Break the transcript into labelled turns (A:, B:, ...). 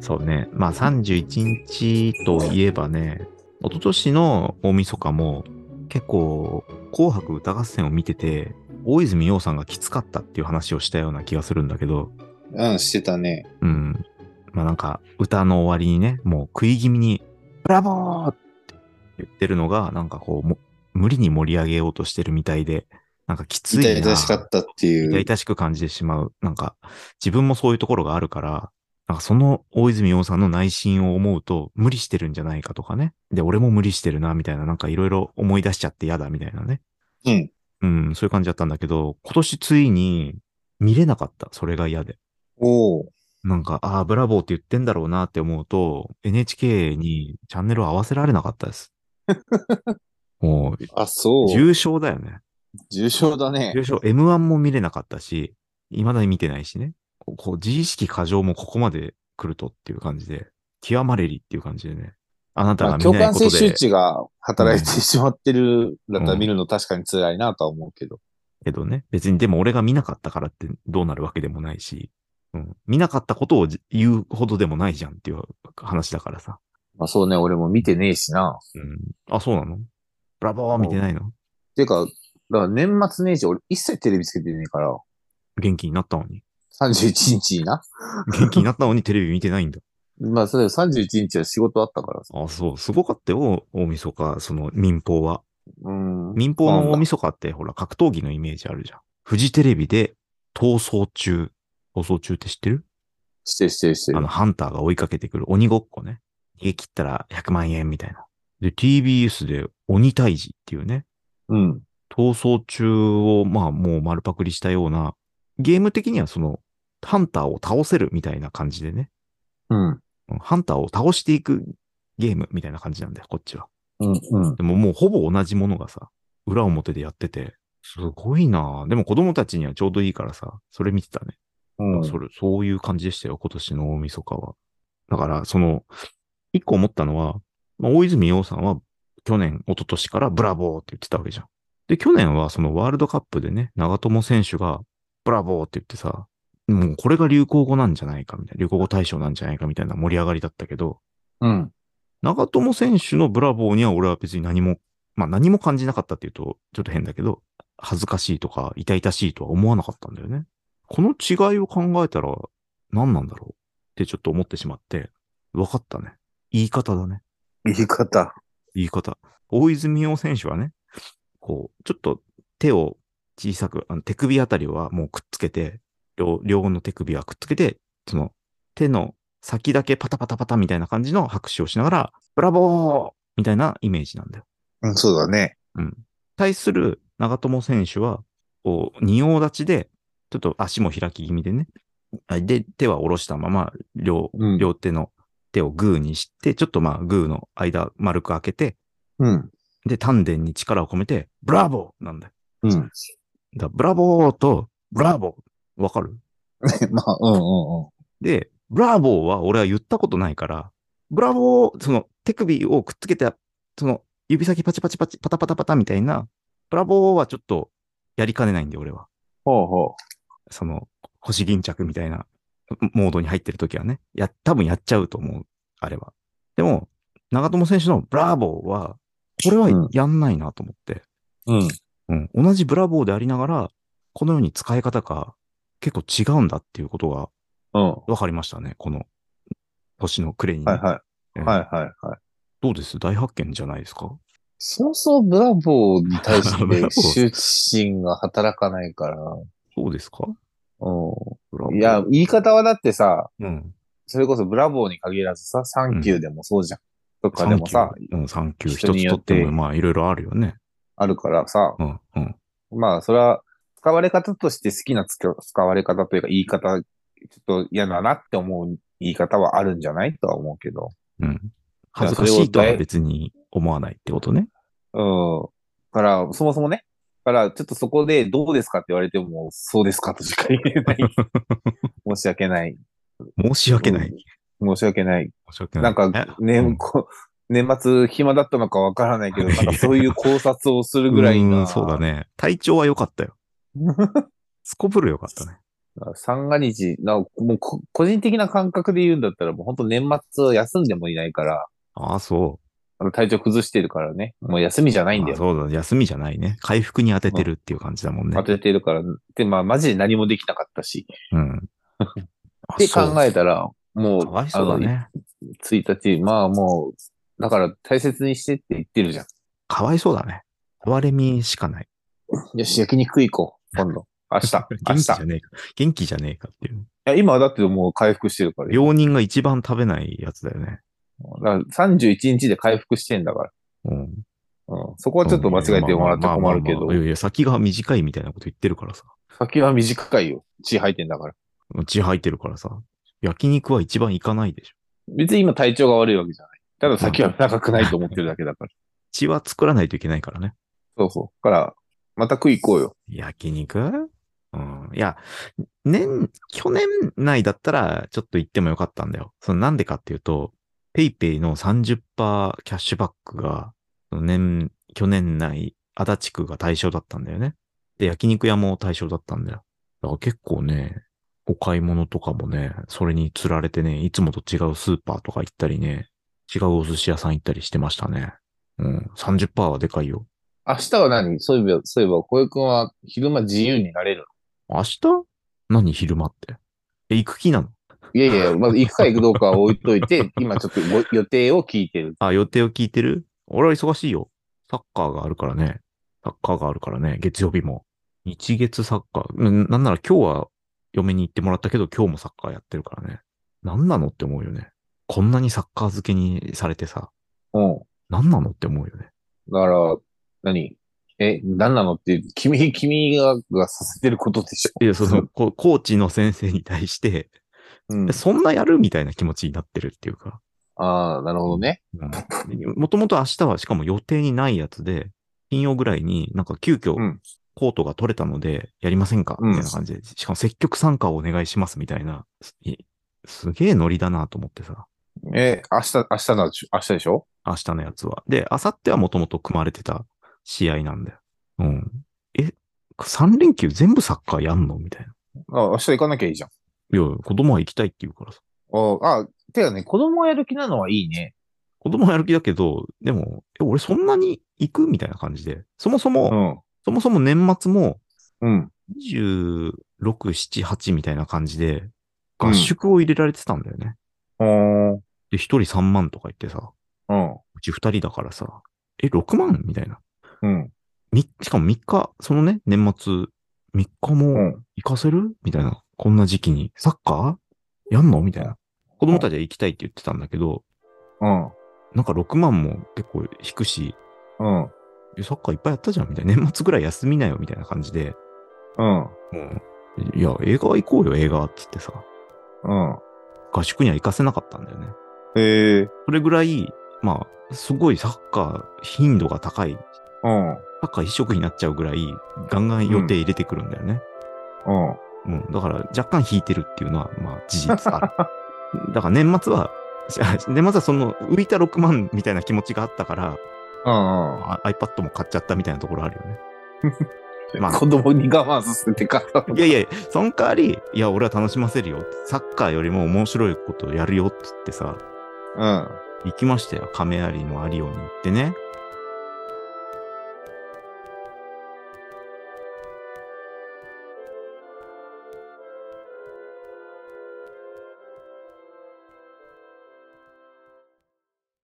A: そうね。まあ31日といえばね、一昨年の大晦日も結構紅白歌合戦を見てて、大泉洋さんがきつかったっていう話をしたような気がするんだけど、
B: うん、してたね。
A: うん。まあなんか歌の終わりにね、もう食い気味に、ブラボーって言ってるのが、なんかこうも、無理に盛り上げようとしてるみたいで、なんかきついな。
B: 痛々しかったって
A: 痛
B: いう。
A: 々しく感じてしまう。なんか、自分もそういうところがあるから、なんかその大泉洋さんの内心を思うと、無理してるんじゃないかとかね。で、俺も無理してるな、みたいな、なんかいろいろ思い出しちゃって嫌だ、みたいなね。
B: うん。
A: うん、そういう感じだったんだけど、今年ついに見れなかった。それが嫌で。
B: おお。
A: なんか、ああ、ブラボーって言ってんだろうなって思うと、NHK にチャンネルを合わせられなかった です。もう、
B: あ、そう。
A: 重症だよね。
B: 重症だね
A: 重。症、M1 も見れなかったし、未だに見てないしね。こう、こう自意識過剰もここまで来るとっていう感じで、極まれりっていう感じでね。あなた
B: ま
A: が
B: あ、
A: 見
B: 共
A: ない
B: 感
A: こ
B: 性
A: と
B: 周
A: で、
B: 知が働いてしまってるだった
A: う
B: ら
A: ん
B: 見るの確かに辛いなとは思うけど。
A: けどね。別にでも俺が見なかったからってどうなるわけでもないし、うん。見なかったことをじ言うほどでもないじゃんっていう話だからさ。
B: まあそうね、俺も見てねえしな。
A: うん。あ、そうなのブラボー見てないの
B: てか、だから年末年始俺一切テレビつけてねえから、
A: 元気になったのに。
B: 31日にな。
A: 元気になったのにテレビ見てないんだ。
B: まあそれ31日は仕事あったからさ。
A: あ、そう。すごかったよ。大晦日、その民放は。
B: うん。
A: 民放の大晦日って、ほら、格闘技のイメージあるじゃん。フジテレビで、逃走中。逃走中って知ってる
B: してしてして
A: あの、ハンターが追いかけてくる鬼ごっこね。逃げ切ったら100万円みたいな。で、TBS で鬼退治っていうね、
B: うん。
A: 逃走中を、まあ、もう丸パクリしたような、ゲーム的にはその、ハンターを倒せるみたいな感じでね。
B: う
A: う
B: ん。
A: んハンターを倒していくゲームみたいな感じなんだよ、こっちは。
B: うん。うん。
A: でももうほぼ同じものがさ、裏表でやってて、すごいなぁでも子供たちにはちょうどいいからさ、それ見てたね。
B: うん。
A: それ、そういう感じでしたよ、今年の大晦日は。だから、その、一個思ったのは、まあ、大泉洋さんは去年、一昨年からブラボーって言ってたわけじゃん。で、去年はそのワールドカップでね、長友選手がブラボーって言ってさ、もうこれが流行語なんじゃないかみたいな、流行語大賞なんじゃないかみたいな盛り上がりだったけど、
B: うん。
A: 長友選手のブラボーには俺は別に何も、まあ何も感じなかったっていうとちょっと変だけど、恥ずかしいとか痛々しいとは思わなかったんだよね。この違いを考えたら何なんだろうってちょっと思ってしまって、分かったね。言い方だね。
B: 言い方。
A: 言い方。大泉洋選手はね、こう、ちょっと手を小さく、あの手首あたりはもうくっつけて、両、両の手首はくっつけて、その手の先だけパタパタパタみたいな感じの拍手をしながら、ブラボーみたいなイメージなんだよ。
B: うん、そうだね。
A: 対する長友選手は、こう、仁王立ちで、ちょっと足も開き気味でね。あで、手は下ろしたまま、両、
B: うん
A: 両手の手をグーにして、ちょっとまあグーの間丸く開けて、
B: うん。
A: で、丹田に力を込めて、ブラボーなんだよ。
B: うん。
A: だブラボーと、ブラボー。わかる
B: まあ、うんうんうん。
A: で、ブラボーは俺は言ったことないから、ブラボー、その手首をくっつけて、その指先パチパチパチ、パタパタパタみたいな、ブラボーはちょっとやりかねないんで俺は。
B: ほうほ
A: その、星巾着みたいなモードに入ってる時はね。や、多分やっちゃうと思う。あれは。でも、長友選手のブラボーは、これは
B: うん
A: やんないなと思って。
B: う。うん。
A: うん、同じブラボーでありながら、このように使い方が結構違うんだっていうことが
B: うん。
A: 分かりましたね、この年の暮れにね、
B: はいはい。
A: うん
B: はいはいはい。
A: どうです大発見じゃないですか
B: そもそもブラボーに対
A: ブラボー
B: して羞恥心が働かないから。
A: そうですか
B: う
A: ブラボ
B: ん。
A: ー
B: いや、、言い方はだってさ、
A: うん。
B: それこそブラボーに限らずさ、サンキューでもそうじゃん。とかでもさ、
A: うん、3級一つ
B: 人に
A: 取
B: よ
A: っ
B: って
A: ても、まあ、いろいろあるよね。
B: あるからさ、
A: うん、うん。
B: まあそれは使われ方として好きな使使われ方というか言い方、ちょっと嫌だなって思う言い方はあるんじゃないとは思うけど。
A: うん。恥ずかしいとは別に思わないってことね。
B: うん。から、そもそもね。から、ちょっとそこでどうですかって言われても、そうですかとしか言え ない。申し訳ない。
A: 申し訳ない。
B: 申し訳ない。
A: 申し訳な。
B: ないんか
A: え、
B: ね、
A: うん
B: こ年末暇だったのかわからないけ ど、なんかそういう考察をするぐらいう
A: ー
B: な。
A: んそうだね。体調は良かったよ。すこぶる良かったね。
B: 三が日、なもうこ個人的な感覚で言うんだったら、もう本当年末休んでもいないから、
A: ああ、そ
B: あの体調崩してるからね、もう休みじゃな
A: う。
B: いんだ
A: あ
B: よ。
A: そうだ、休みじゃないね。回復に当ててるっていう感じだもんね
B: 当。ててるから、で、まあ、マジで何もできなか ったし。
A: うん。あ
B: って考えたら、も、
A: そううかわいそうだね。
B: あの、1日、まあもう、だから大切にしてって言ってるじゃん。
A: かわいそうだね。哀れみしかない。、
B: よし、焼肉行こう、今度。明日明
A: 元気じ
B: 日。
A: ゃねえか。元気じゃねえかっていう。
B: いや、今はだってもう回復してるから。
A: 病人が一番食べないやつだよね。
B: だから31日で回復してんだから。
A: うん。
B: うん。そこはちょっと間違えてもらったら困る
A: ま
B: け
A: あまあまあ
B: ど
A: まあ。いやいや、先が短いみたいなこと言ってるからさ。
B: 先は短いよ。血吐いてんだから。
A: 血吐いてるからさ。焼肉は一番行かないでしょ。
B: 別に今体調が悪いわけじゃない。ただ先は長くないと思ってるだけだから。
A: 血は作らないといけないからね。
B: そうそう。だから、また食い行こうよ。
A: 焼肉うん。いや、年、去年内だったらちょっと行ってもよかったんだよ。そのなんでかっていうと、ペイペイの30%キャッシュバックが、その年、去年内、足立区が対象だったんだよね。で、焼肉屋も対象だったんだよ。だから結構ね、お買い物とかもね、それに釣られてね、いつもと違うスーパーとか行ったりね、違うお寿司屋さん行ったりしてましたね。うん。30%はでかいよ。
B: 明日は何そういえば、そういえば、小江くんは昼間自由になれる
A: 明日何昼間って。え、行く気なの
B: のいやいや、まず行くか行くどうかは置いといて、今ちょっとご予定を聞いてる。
A: あ、予定を聞いてる俺は忙しいよ。サッカーがあるからね。サッカーがあるからね。月曜日も。日月サッカー。ななんなら今日は嫁に行ってもらったけど、今日もサッカーやってるからね。なんなのって思うよね。こんなにサッカー漬けにされてさ、
B: うん。
A: なんなのって思うよね。
B: だから、何え、何なのって、君、君ががさせてることでしょ。
A: いや、その、こコーチの先生に対して、
B: うん
A: え。そんなやるみたいな気持ちになってるっていうか。
B: ああ、なるほどね。
A: もともと明日はしかも予定にないやつで、金曜ぐらいになんか急遽
B: うん
A: コートが取れたのでやりませんか
B: うん
A: みたいな感じで、しかも積極参加をお願いしますみたいな、すいすげえノリだなと思ってさ、
B: え、明日、明日なんでしょ明日でしょ
A: 明日のやつは。で、明後日はもともと組まれてた試合なんだよ。うん。え、3連休全部サッカーやんのみたいな。
B: あ明日行かなきゃいいじゃん。
A: いや、子供は行きたいって言うからさ。
B: ああ、てかね、子供がやる気なのはいいね。
A: 子供はやる気だけど、でも、え、俺そんなに行くみたいな感じで、そもそも、
B: ん。
A: そもそも年末も、
B: うん。
A: 26、7、8みたいな感じで、合宿を入れられてたんだよね。
B: うん。うん。
A: で、1人3万とか言ってさ、うち2人だからさ、え、6万みたいな。
B: うん。
A: み、しかも3日、そのね、年末、3日
B: う
A: も
B: ん。
A: 行かせるみたいな。こんな時期に、サッカーやんのみたいな。子供たちは行きたいって言ってたんだけど、
B: うん。
A: なんか6万も結構引くし、
B: うん。
A: えサッカーいっぱいやったじゃんみたいな。年末ぐらい休みなよみたいな感じで、
B: うん。
A: いや、映画行こうよ、映画って言ってさ、
B: うん。
A: 合宿には行かせなかったんだよね。
B: ええ。
A: それぐらい、まあ、すごいサッカー頻度が高い、
B: うん。
A: サッカー一色になっちゃうぐらい、ガンガン予定入れてくるんだよね。
B: うん。
A: うん。だから、若干引いてるっていうのは、まあ、事実ある。だから、年末は、 し年末はその、浮いた6万みたいな気持ちがあったから、
B: うんうん。
A: あ iPad も買っちゃったみたいなところあるよね。まあ
B: 子供に我慢させてか。
A: いやいや、その代わり、いや、俺は楽しませるよ。サッカーよりも面白いことをやるよって言ってさ、
B: うん。
A: 行きましたよ。亀有の有オに行ってね。